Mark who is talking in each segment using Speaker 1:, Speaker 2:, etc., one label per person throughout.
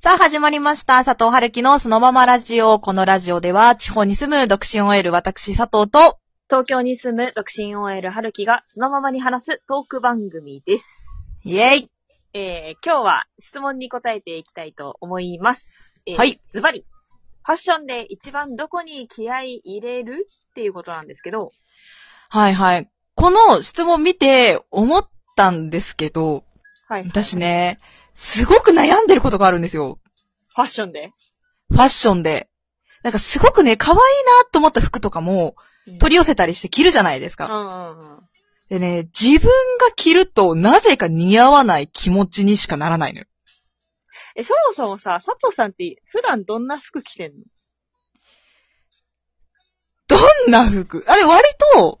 Speaker 1: さあ始まりました。佐藤春樹のそのままラジオ。このラジオでは地方に住む独身 OL 私佐藤と、
Speaker 2: 東京に住む独身 OL 春樹がそのままに話すトーク番組です。
Speaker 1: イェイ
Speaker 2: えー、今日は質問に答えていきたいと思います。えー
Speaker 1: はい。
Speaker 2: ズバリ。ファッションで一番どこに気合い入れるっていうことなんですけど、
Speaker 1: はいはい。この質問見て思ったんですけど、
Speaker 2: はい。フ
Speaker 1: 私ね、すごく悩んでることがあるんですよ。
Speaker 2: ァッションで。
Speaker 1: ファッションで。なんかすごくね、可愛いなと思った服とかも取り寄せたりして着るじゃないです
Speaker 2: う
Speaker 1: か。
Speaker 2: んうんうん。
Speaker 1: でね、自分が着るとなぜか似合わない気持ちにしかならないのよ。
Speaker 2: え、そもそもさ、佐藤さんって普段どんな服着てんの
Speaker 1: どんな服あれ割と、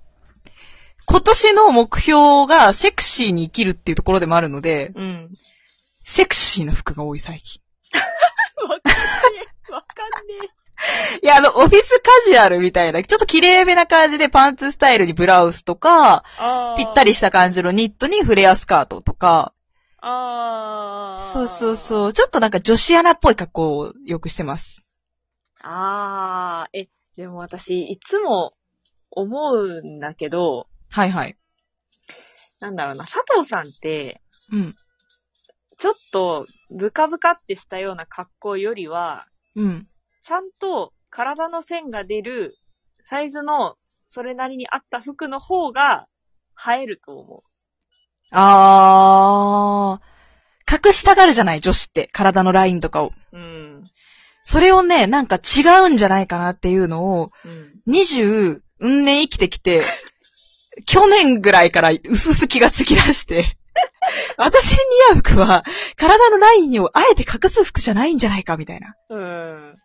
Speaker 1: 今年の目標がセクシーに生きるっていうところでもあるので、
Speaker 2: うん。
Speaker 1: セクシーな服が多い最近。
Speaker 2: わかんねえ。わかんね
Speaker 1: いや、あの、オフィスカジュアルみたいな、ちょっと綺麗めな感じでパンツスタイルにブラウスとか、
Speaker 2: え。あ
Speaker 1: ぴったり
Speaker 2: し
Speaker 1: した感じのニットにフレアスカートとか、
Speaker 2: あー
Speaker 1: そうそうそう、ちょっとなんか女子アナっぽい格好をよくしてます。
Speaker 2: ああ、え、でも私、いつも思うんだけど、
Speaker 1: はいはい。
Speaker 2: なんだろうな、佐藤さんって、
Speaker 1: うん。
Speaker 2: ちょっと、ブカブカってしたような格好よりは、
Speaker 1: うん。
Speaker 2: ちゃんと体の線が出るサイズの、それなりに合った服の方が、映えると思
Speaker 1: あー、隠したがるじゃない、女子って。体のラインとかを。
Speaker 2: う。うん。
Speaker 1: それをね、なんか違うんじゃないかなっていうのを、
Speaker 2: うん。
Speaker 1: 20、うん年生きてき て、去年ぐらいから薄々気がつきだして、私に似合う服は、体のラインをあえて隠す服じゃないんじゃないか、みたいな。
Speaker 2: うん。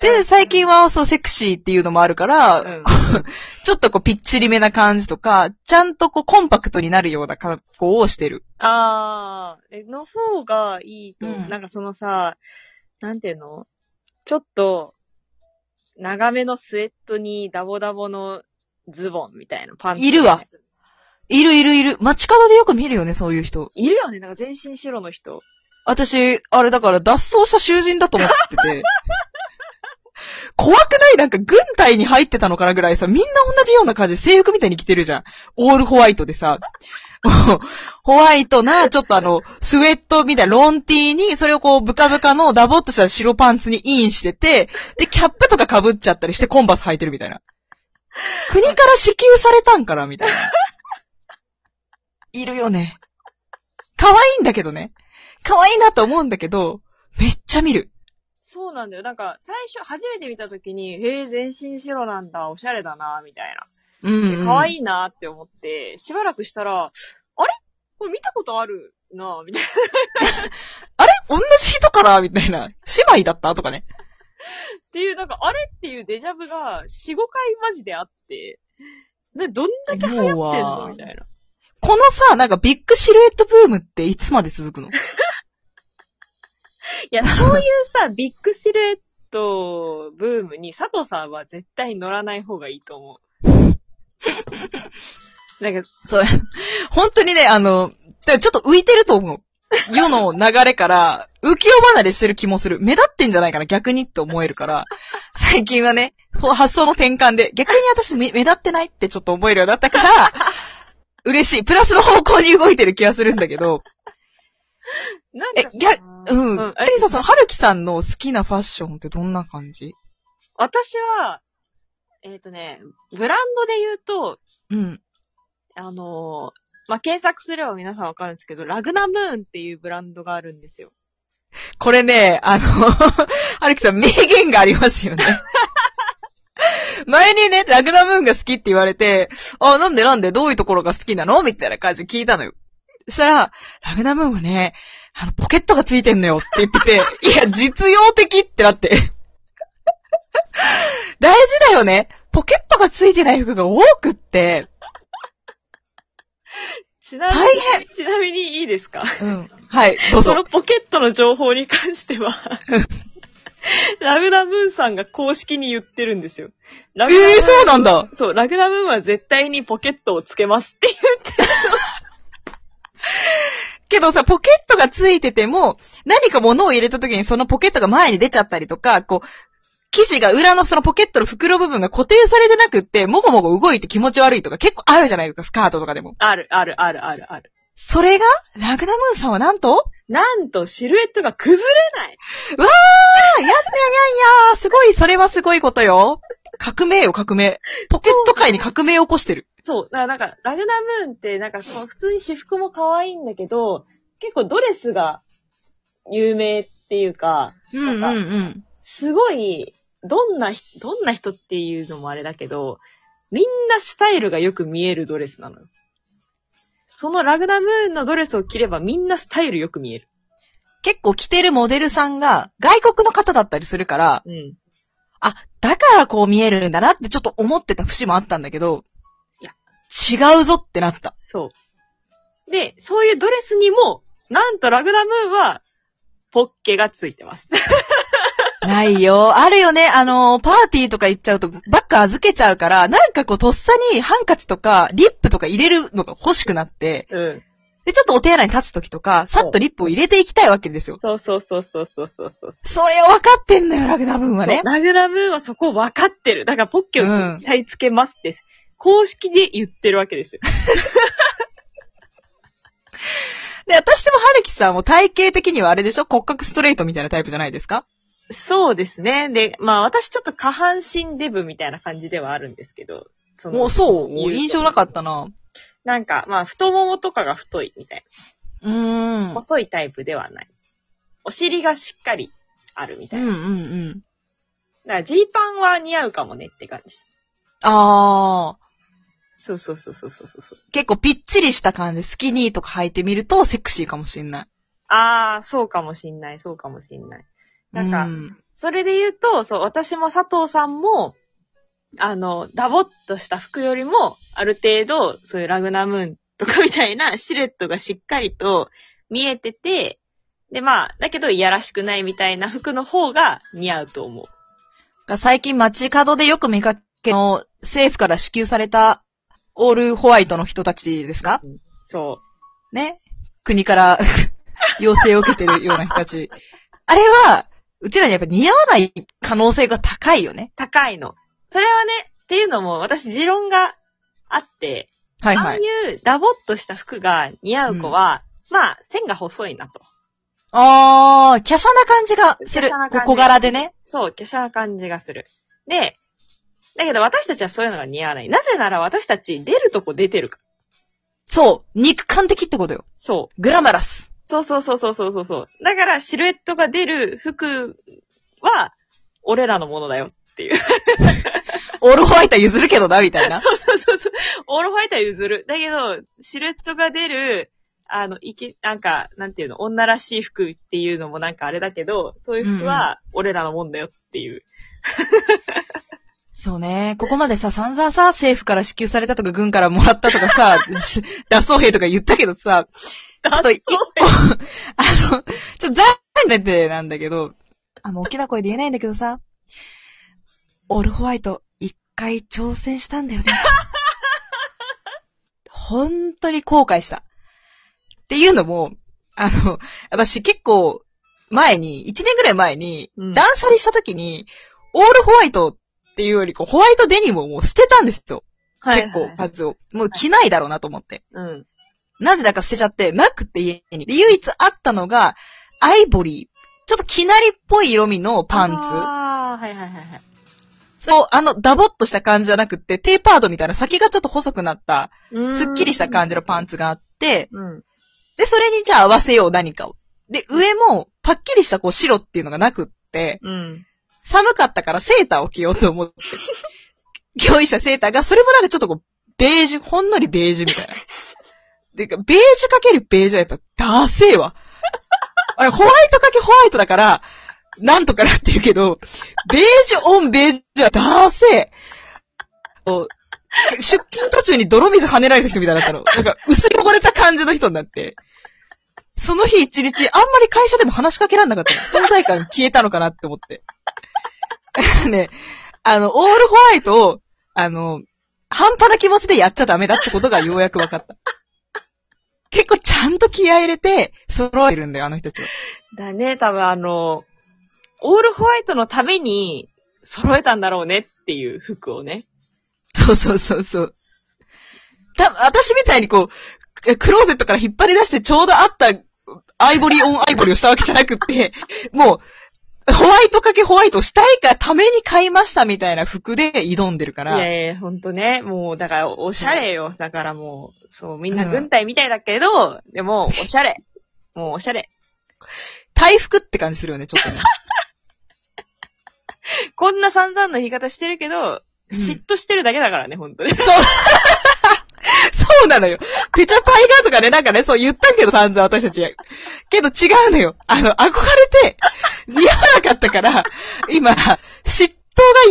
Speaker 1: で、最近は、そう、セクシーっていうのもあるから、
Speaker 2: うん
Speaker 1: こうちょっとこう、ぴっちりめな感じとか、ちゃんとこう、コンパクトになるような格好をしてる。
Speaker 2: あー、えの方がいいと、
Speaker 1: うん
Speaker 2: なんかそのさ、なんていうのちょっと、長めのスウェットにダボダボのズボンみたいなパンツ。
Speaker 1: いるわ。いるいるいる。街角でよく見るよね、そういう人。
Speaker 2: いるよねなんか全身白の人。
Speaker 1: 私、あれだから脱走した囚人だと思ってて。 怖くないなんか軍隊に入ってたのかなぐらいさ、みんな同じような感じで制服みたいに着てるじゃん。オールホワイトでさ。 もうホワイトな、ちょっとあの、スウェットみたいなロンティーに、それをこう、ブカブカのダボっとした白パンツにインしてて、で、キャップとか被っちゃったりしてコンバス履いてるみたいな。国から支給されたんかなみたいな。いるよね。可愛いんだけどね。可愛いなと思うんだけど、めっちゃ見る。
Speaker 2: そうなんだよ。なんか、最初、初めて見た時に、へえ、全身白なんだ、おしゃれだな、みたいな。
Speaker 1: うん、
Speaker 2: で可愛
Speaker 1: い。
Speaker 2: いなって思って、しばらくしたら、あれこれ見たことあるな、みたいな。
Speaker 1: あれ同じ人からみたいな。姉妹だったとかね。
Speaker 2: っていう、なんか、あれっていうデジャブが、4、5回マジであって、で、どんだけ流行ってん
Speaker 1: もうわ
Speaker 2: のみたいな。
Speaker 1: このさ、なんかビッグシルエットブームっていつまで続くの
Speaker 2: いや、そういうさ、ビッグシルエットブームに佐藤さんは絶対乗らない方がいいと 思う。なんか、
Speaker 1: それ、本当にね、あの、だからちょっと浮いてると思う。世の流れから、浮世離れしてる気もする。目立ってんじゃないかな、逆にって思えるから。最近はね、ほ発想の転換で、逆に私め目立ってないってちょっと思えるようになったから、嬉しい。プラスの方向に動いてる気がするんだけど、
Speaker 2: なん
Speaker 1: え
Speaker 2: かさ、
Speaker 1: ぎゃうん。
Speaker 2: うん
Speaker 1: テリーさん、その、はるきさんの好きなファッションってどんな感じ
Speaker 2: 私は、えっ、とね、ブランドで言うと、
Speaker 1: うん。
Speaker 2: あのーまあ、検索すれば皆さんわかるんですけど、ラグナムーンっていうブランドがあるんですよ。
Speaker 1: これね、あの、 はるきさん名言がありますよ ね。前にね、ラグナムーンが好きって言われて、あ、なんでなんでどういうところが好きなのみたいな感じで聞いたのよ。そしたら、ラグナムーンはね、あの、ポケットがついてんのよって言ってて、 いや、実用的ってなって。 大事だよね。ポケットがついてない服が多くって、
Speaker 2: ちなみに、
Speaker 1: 大変
Speaker 2: ちなみにいいですか
Speaker 1: うん。はい、どう
Speaker 2: そ
Speaker 1: ぞ
Speaker 2: の。ポケットの情報に関し ては、ラグナムーンさんが公式に言ってるんですよ。ラ
Speaker 1: ええー、そう
Speaker 2: だ
Speaker 1: なんだ。
Speaker 2: そう、ラグナムーンは絶対にポケットをつけますっていう。
Speaker 1: けどさ、ポケットがついてても、何か物を入れた時にそのポケットが前に出ちゃったりとか、こう、生地が裏のそのポケットの袋部分が固定されてなくって、もごもご動いて気持ち悪いとか結構あるじゃないですか、スカートとかでも。
Speaker 2: ある、ある、ある、ある、ある。
Speaker 1: それが、ラグナムーンさんはなんと、
Speaker 2: なんと、シルエットが崩れない。
Speaker 1: うわーやったやややすごい、それはすごいことよ。革命よ、革命。ポケット界に革命を起こしてる。
Speaker 2: そう、だからなんか、ラグナムーンって、なんかその、普通に私服も可愛いんだけど、結構ドレスが有名っていうか、
Speaker 1: うんうんうん。
Speaker 2: すごい、どんなひ、どんな人っていうのもあれだけど、みんなスタイルがよく見えるドレスなのよ。そのラグナムーンのドレスを着ればみんなスタイルよく見える。
Speaker 1: 結構着てるモデルさんが外国の方だったりするから、
Speaker 2: うん。
Speaker 1: あ、だからこう見えるんだなってちょっと思ってた節もあったんだけど、
Speaker 2: いや
Speaker 1: 違うぞってなった。
Speaker 2: そう。で、そういうドレスにも、なんとラグナムーンは、ポッケがついてます。
Speaker 1: ないよ。あるよね。あのーパーティーとか行っちゃうと、バッグ預けちゃうから、なんかこう、とっさにハンカチとか、リップとか入れるのが欲しくなって、
Speaker 2: うん。
Speaker 1: で、ちょっとお手洗いに立つ時とか、さっとリップを入れていきたいわけですよ。
Speaker 2: そうそうそうそうそうそうそう。
Speaker 1: それを分かってんのよ、ラグナムーンはね。
Speaker 2: ラグナムーンはそこを分かってる。だからポッケを絶対つけますって、公式で言ってるわけですよ。
Speaker 1: で、私でも春樹さんも体型的にはあれでしょ骨格ストレートみたいなタイプじゃないですか
Speaker 2: そうですね。で、まあ私ちょっと下半身デブみたいな感じではあるんですけど、そ
Speaker 1: もうそう、印象なかったな。
Speaker 2: なんか、まあ太ももとかが太いみたいう
Speaker 1: ー
Speaker 2: な。
Speaker 1: ん。
Speaker 2: 細いタイプではない。お尻がしっかりあるみた
Speaker 1: う
Speaker 2: い
Speaker 1: んう
Speaker 2: な。
Speaker 1: ん
Speaker 2: だ
Speaker 1: うん。
Speaker 2: からジーパンは似合うかもねって感じ。
Speaker 1: あー、
Speaker 2: そうそうそうそうそうそう。
Speaker 1: 結構ぴっちりした感じ、スキニーとか履いてみるとセクシーかもしんない。
Speaker 2: あー、そうかもしんない、そうかもしんない。なんか、
Speaker 1: うん
Speaker 2: それで言うと、そう、私も佐藤さんも、あの、ダボっとした服よりも、ある程度、そういうラグナムーンとかみたいなシルエットがしっかりと見えてて、で、まあ、だけど、いやらしくないみたいな服の方が似合うと思う。
Speaker 1: が最近街角でよく見かけの政府から支給されたオールホワイトの人たちですか
Speaker 2: そ
Speaker 1: ね国から 要請を受けてるような人た ち。あれは、うちらにやっぱ似合わない可能性が高いよね
Speaker 2: う。。高いの。それはね、っていうのも、私、持論があって、
Speaker 1: はいはい。
Speaker 2: ああいうダボっとした服が似合う子は、まあ、線が細いなと。
Speaker 1: あー、華奢な感じがする
Speaker 2: 華奢な感。じ
Speaker 1: こ小柄でね。
Speaker 2: そう、華奢な感じがする。で、だけど私たちはそういうのが似合わない。なぜなら私たち出るとこ出てるから。
Speaker 1: そう。肉感的ってことよ。
Speaker 2: そう。
Speaker 1: グラマラス。
Speaker 2: そうそうそうそうそうそうそう。だからシルエットが出る服は、俺らのものだよ。
Speaker 1: オールホワイトは譲るけどな、みたいな。
Speaker 2: そうそうそうそう。オールホワイトは譲る。だけど、シルエットが出る、あの、いけ、なんか、なんていうの、女らしい服っていうのもなんかあれだけど、そういう服は俺らのもんだよっていう。
Speaker 1: そうね。ここまでさ、散々さ、政府から支給されたとか、軍からもらったとかさ、 し脱走兵とか言ったけどさ、ちょっと一個、あの、ちょっと残念でなんだけど、あの、大きな声で言えないんだけどさ、オールホワイト、一回挑戦したんだよ ね。本当に後悔した。っていうのも、あの、私結構前に、1年ぐらい前に、
Speaker 2: うん
Speaker 1: 断捨離した時に、オールホワイトっていうよりこう、ホワイトデニムをもう捨てたんですよ。結構
Speaker 2: はいはい
Speaker 1: 数を。もう着ないだろうなと思って。
Speaker 2: うん。
Speaker 1: なぜだか捨てちゃって、なくって家に。で、唯一あったのが、アイボリー。ちょっときなりっぽい色味のパン
Speaker 2: ああ、はいはいはいはい。
Speaker 1: ツ。そう、あの、ダボっとした感じじゃなくって、テーパードみたいな先がちょっと細くなった、すっきりした感じのパン
Speaker 2: ツ。
Speaker 1: ツがあって、
Speaker 2: うん。
Speaker 1: で、それにじゃあ合わせよう何かを。で、上も、パッキリしたこう白っていうのがなくって、
Speaker 2: うん。
Speaker 1: 寒かったからセーターを着ようと思って。用意したセーターが、それもなんかちょっとこう、ベージュ、ほんのりベージュみたいな。で、ベージュかけるベージュはやっぱ、ダセーわ。あれ、ホワイトかけホワイトだから、なんとかなってるけど、ベージュオンベージュはダセー。こう出勤途中に泥水跳ねられた人みたいだったの。なんか、薄汚れた感じの人になって。その日一日、あんまり会社でも話しかけられなかったの。存在感消えたのかなって思って。 ね、あの、オールホワイトを、 あの、半端な気持ちでやっちゃダメだってことがようやく分かった。結構ちゃんと気合い入れて揃えるんだよ、あの人たちは。
Speaker 2: だね、多分あの、オールホワイトのために揃えたんだろうねっていう服をね。
Speaker 1: そうそうそうそう。た、私みたいにこう、えクローゼットから引っ張り出してちょうどあったアイボリーオンアイボリーをしたわけじゃなくって、 もう、ホワイトかけホワイトしたいがために買いましたみたいな服で挑んでるか
Speaker 2: い
Speaker 1: ら。
Speaker 2: やいや、ほんとね。もう、だから、おしゃれよ。だからもう、そう、みんな軍隊みたいだけど、でも、おしゃれ。もう、おしゃれ。
Speaker 1: 大服って感じするよね、ちょっとね。
Speaker 2: こんな散々な言い方してるけど、
Speaker 1: うん
Speaker 2: 嫉妬してるだけだからね、ほんとね。
Speaker 1: そうなのよ。ペチャパイガーとかね、なんかね、そう言ったけど散々私たち。けど違うのよ。あの、憧れて、似合わなかったから、今、嫉妬が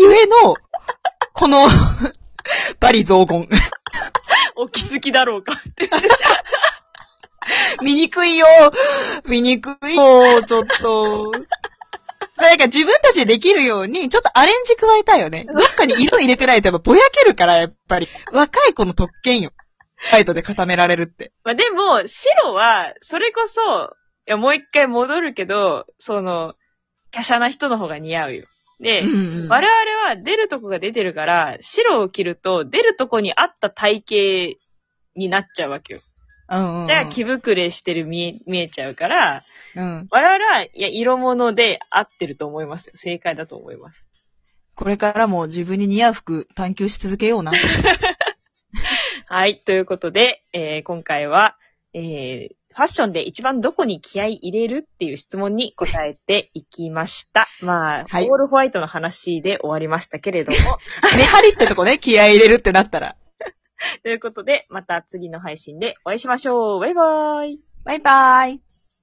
Speaker 1: ゆえの、この、バリ雑言。
Speaker 2: お気づきだろうかって。
Speaker 1: 見にくいよ見にくいよちょっと。なんか自分たちでできるように、ちょっとアレンジ加えたいよね。どっかに色入れてないとやっぱぼやけるから、やっぱり。若い子の特権よ。ファイトで固められるって。
Speaker 2: まあでも、白は、それこそ、いや、もう一回戻るけど、その、華奢な人の方が似合うよ。で、
Speaker 1: うんうん
Speaker 2: 我々は出るとこが出てるから、白を着ると、出るとこに合った体型になっちゃうわけよ。
Speaker 1: うんうん
Speaker 2: だから着膨れしてる見え、見えちゃうから、
Speaker 1: うん。
Speaker 2: 我々は、いや、色物で合ってると思いますよ。正解だと思います。
Speaker 1: これからも自分に似合う服探求し続けような。
Speaker 2: はい、ということで、えー今回は、えーファッションで一番どこに気合い入れるっていう質問に答えていきました。まあ、
Speaker 1: はい
Speaker 2: オールホワイトの話で終わりましたけれども、
Speaker 1: メハリってとこね、気合い入れるってなったら。
Speaker 2: ということで、また次の配信でお会いしましょう。バイバーイ。
Speaker 1: バイバーイ。